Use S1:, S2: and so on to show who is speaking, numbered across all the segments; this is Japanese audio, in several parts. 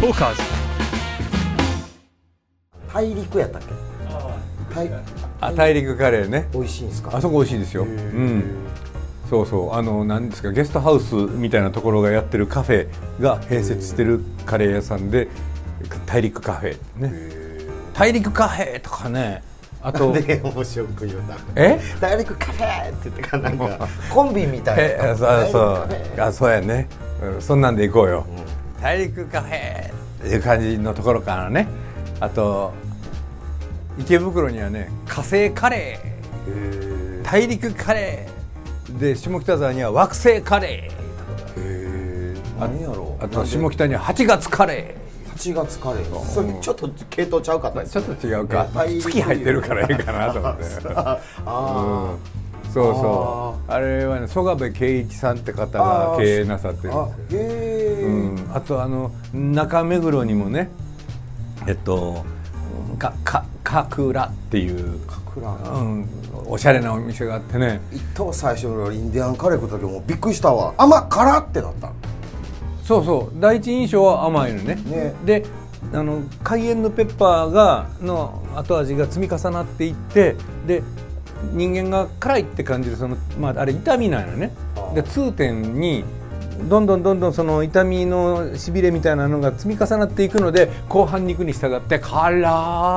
S1: トーカーズ
S2: 大陸やったっけ大
S3: あ大陸カレーね
S2: 美味しいんですか
S3: あそこ美味しいですよ、うん、そうそうあのなんですかゲストハウスみたいなところがやってるカフェが併設してるカレー屋さんで大陸カフェね大陸カフェとかねあ と
S2: で面白く言うな
S3: え
S2: 大陸カフェって言ってからなん かコンビみたい
S3: え
S2: な
S3: そうそう
S2: 大陸カフェ
S3: あそうやね、うん、そんなんで行こうよ、大陸カフェっていう感じのところからねあと池袋にはね火星カレー大陸カレーで下北沢には惑星カレー
S2: 何やろう
S3: あと下北には8月カレ
S2: 8月カレーがそれちょっと系統ちゃうかったで
S3: ー
S2: す
S3: ちょっと違うか
S2: 大陸
S3: 月入ってるからいいかなと思って
S2: ああ
S3: そうそうあれはね曽我部圭一さんって方が経営なさってるんですよ
S2: あへえ、
S3: うんあとあの中目黒にもねえっとかかかくらっていう、
S2: クラン
S3: うん、おしゃれなお店があってね
S2: 一等最初のインディアンカレー食った時もうびっくりしたわ甘辛ってなった
S3: そうそう第一印象は甘いのね
S2: ね
S3: であのカイエンのペッパーがの後味が積み重なっていってで人間が辛いって感じるその、まあ、あれ痛みなんよね
S2: ああ
S3: で痛点にどんどんどんどんその痛みのしびれみたいなのが積み重なっていくので後半肉に従って辛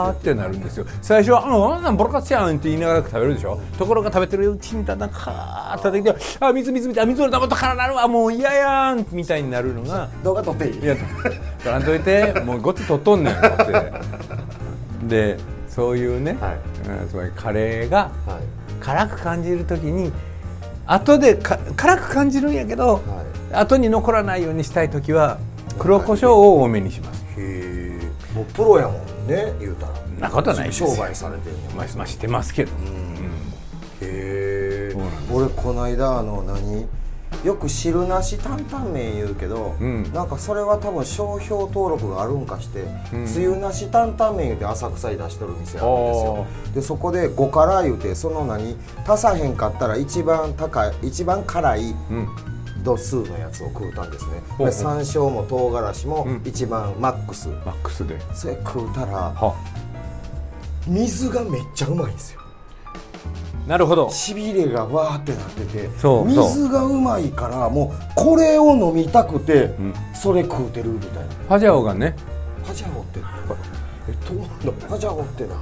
S3: ーってなるんですよ最初は「ああんなんボロカスやん」って言いながら食べるでしょところが食べてるうちにだんだんカーッと出てきて「あ水水水あ水の玉と辛なるわもう嫌やん」みたいになるのが
S2: 動画撮っていい
S3: いや取らんといてもうごっつ取っとんねんってでそういうね、
S2: はい
S3: うんつまりカレーが
S2: はい
S3: 辛く感じる時に後でか辛く感じるんやけど、後に残らないようにしたい時は黒胡椒を多めにします
S2: へえもうプロやもんね言うたら
S3: そんなことないですよ
S2: 商売されてるもん
S3: まあ、まあ、してますけど、
S2: へえ
S3: そうなんで
S2: 俺この間あの何よく汁なし担々麺言うけど、
S3: ん
S2: なんかそれは多分商標登録があるんかして、つゆなし担々麺言うて浅草に出してる店あるんですよでそこで5辛言うてその何足さへんかったら一番高い一番辛い度数のやつを食うたんですね、
S3: ほうほう
S2: で山椒も唐辛子も一番マックス、
S3: マックスで
S2: それ食うたら
S3: は
S2: 水がめっちゃうまいんですよ
S3: なるほど
S2: しびれがわーってなってて
S3: そうそう
S2: 水がうまいからもうこれを飲みたくて、それ食うてるみたいな
S3: ファジャオがね
S2: パジャオってえどうなんだパジャオってな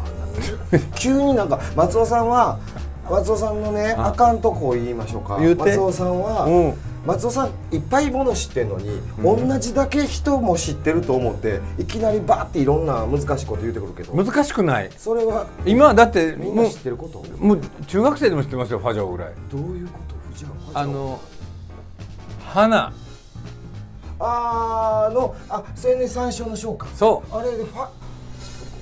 S2: 急になんか松尾さんは松尾さんのねあかんとこを言いましょうか
S3: 言うて
S2: 松尾さんは、
S3: うん
S2: 松尾さんいっぱいもの知ってんのに、同じだけ人も知ってると思っていきなりバーっていろんな難しいこと言うてくるけど
S3: 難しくない
S2: それは
S3: 今だって
S2: みんな
S3: も
S2: 知ってること
S3: うもう中学生でも知ってますよファジャオぐらい
S2: どういうことじゃあパ
S3: あ
S2: ジャオ
S3: の花
S2: あーのあそれね山椒の紹介
S3: そう
S2: あれでファ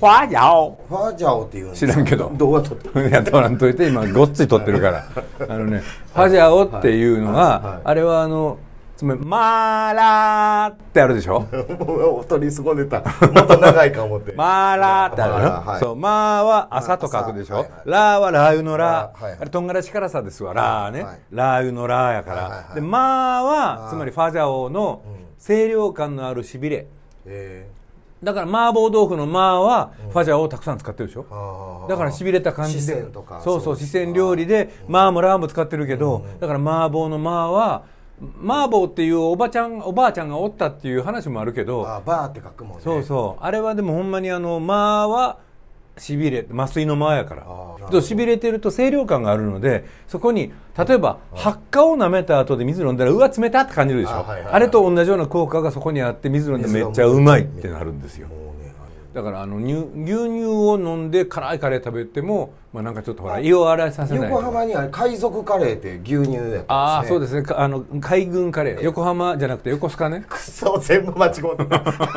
S3: ファジャオ
S2: ファジャオっていうんです
S3: 知らんけど
S2: 動画撮って
S3: いや取らんといて今ごっつい取ってるから あのねファジャオっていう
S2: は
S3: の
S2: いはいはい
S3: があれはあのつまりマーラーってあるで しょ
S2: もう取り損ねたもっと長いか思 って
S3: マーラーってあるでしょ、
S2: マーラーはい
S3: そうマーは朝と書くでしょ、
S2: 朝はいはい
S3: ラーはラー油のラー、
S2: はいはい
S3: あれとんがらしからさですわラーね、
S2: はい
S3: ラー油のラーやから、
S2: はいはいはい
S3: でマーはつまりファジャオの清涼感のあるしびれ
S2: え
S3: だから麻婆豆腐のマーはファジャオをたくさん使ってるでしょ、
S2: ーあー
S3: だからしびれた感じで
S2: 四川とか
S3: そうそう
S2: そうです
S3: 四川料理でマーもラーも使ってるけど、だから麻婆のマーは麻婆っていうおばちゃんおばあちゃんがおったっていう話もあるけど、
S2: あーバーって書くもんね
S3: そうそうあれはでもほんまにあのマーはしびれ麻酔のマーやか
S2: あ
S3: ら
S2: ー
S3: としびれてると清涼感があるのでそこに例えば発火を舐めた後で水飲んだらうわ冷たって感じるでしょ
S2: あ
S3: あ,、
S2: はいはいはい
S3: れと同じような効果がそこにあって水飲んでめっちゃうまいってなるんですよ
S2: もうねあ
S3: だからあの乳牛乳を飲んで辛いカレー食べても、まあ、なんかちょっとほら胃を洗いさせ
S2: の
S3: ない
S2: 横浜にあれ海賊カレーって牛乳やった
S3: あ
S2: ん
S3: あ
S2: ですね
S3: そうですねかあの海軍カレー横浜じゃなくて横須賀ね
S2: くそ全部間違 え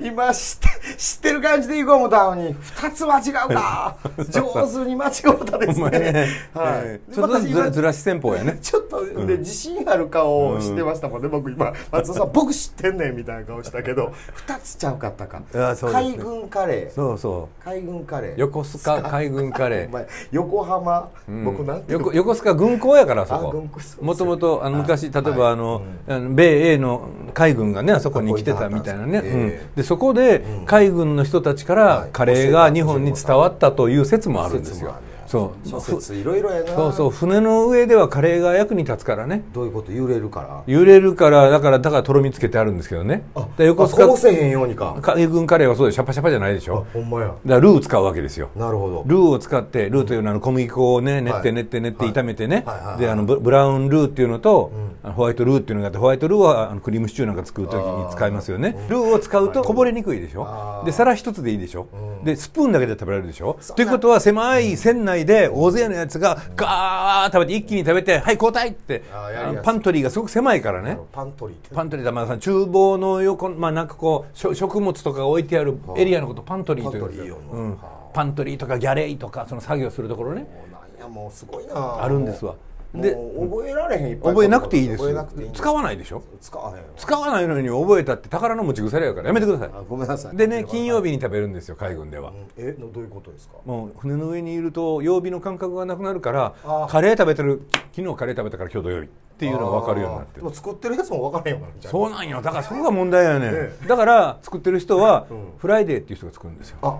S2: た今知って知ってる感じでいこう思ったのに2つ間違う か上手に間違うたです
S3: お前
S2: ね
S3: ね、
S2: はい
S3: ちょっとずつずらずらし戦法やね
S2: ちょっとで、自信ある顔をしてましたもんね、僕今松尾さん僕知ってんねんみたいな顔したけ ど2つちゃうかったか
S3: あそうです
S2: 海
S3: ね
S2: 軍カレー
S3: そうそ
S2: 海軍カレー
S3: う横須賀 海軍カレ
S2: お
S3: ー
S2: 前横浜、僕なんていうの
S3: 横横須賀軍港やからそ
S2: あ
S3: こ
S2: 軍港そうですよね
S3: もともとあの昔例えばあの、あの米英の海軍がねあそこに来てたみたいなね、
S2: あこういうのあったんですね
S3: うんでそこで
S2: ん
S3: 海軍の人たちか
S2: は
S3: ら
S2: い
S3: カレーが日本に伝わったという説もあるんです
S2: 説も
S3: よ
S2: あるね。
S3: そう
S2: 諸説いろいろやな
S3: そうそう船の上ではカレーが役に立つからね
S2: どういうこと揺れるから
S3: 揺れるからだからだからとろみつけてあるんですけどねで横須
S2: あこぼ
S3: 賀
S2: せへんようにか
S3: 海軍カレーはそうでシャパシャパじゃないでし
S2: あ
S3: ょ
S2: ほんまや
S3: だからルー使うわけですよ
S2: なるほど
S3: ルーを使ってルーというのはあの小麦粉をね練っ
S2: は
S3: て
S2: い
S3: 練って練って炒めてね
S2: はいはいはい
S3: であのブブラウンルーっていうのとあのホワイトルーっていうのがあってホワイトルーはあのクリームシチューなんか作る時に使いますよねルーを使うとこぼれにくいでしょ
S2: あー
S3: で皿一つでいいでしょでスプーンだけで食べられるでしょ
S2: そんな
S3: ということは狭い船内で大勢のやつがガーッ食べて一気に食べてはい交代って
S2: あーやりやすい
S3: あのパントリーがすごく狭いからね
S2: パントリーって
S3: パントリーだまあさん厨房の横まあなんかこうしょ食物とかが置いてあるエリアのことパントリーというんですよ
S2: パントリーよ
S3: うんパントリーとかギャレイとかその作業するところね
S2: もうなんやもうすごいな
S3: あるんですわ
S2: で
S3: で
S2: 覚えられへんいっぱい
S3: 覚えなくていいです
S2: 覚えなくていい
S3: 使
S2: わ
S3: わないでしょ
S2: 使わへん
S3: 使わないのに覚えたって宝の持ち腐れやからやめてくださ
S2: あ
S3: い
S2: ごめんなさい
S3: でね金曜日に食べるんですよ海軍では
S2: えのどういうことですか
S3: もう船の上にいると曜日の感覚がなくなるから
S2: あー
S3: カレー食べてる昨日カレー食べたから今日土曜日っていうのが分かるようになって
S2: あー
S3: る
S2: もう作ってるやつも分からへんようになるじゃん
S3: そうなんよだからそこが問題やね
S2: え
S3: んだから作ってる人はフライデーっていう人が作るんですよ
S2: あ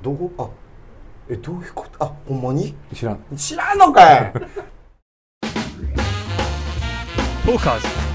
S2: どこあえどういうことあほんまに
S3: 知らん
S2: 知らんのかい
S1: Tokas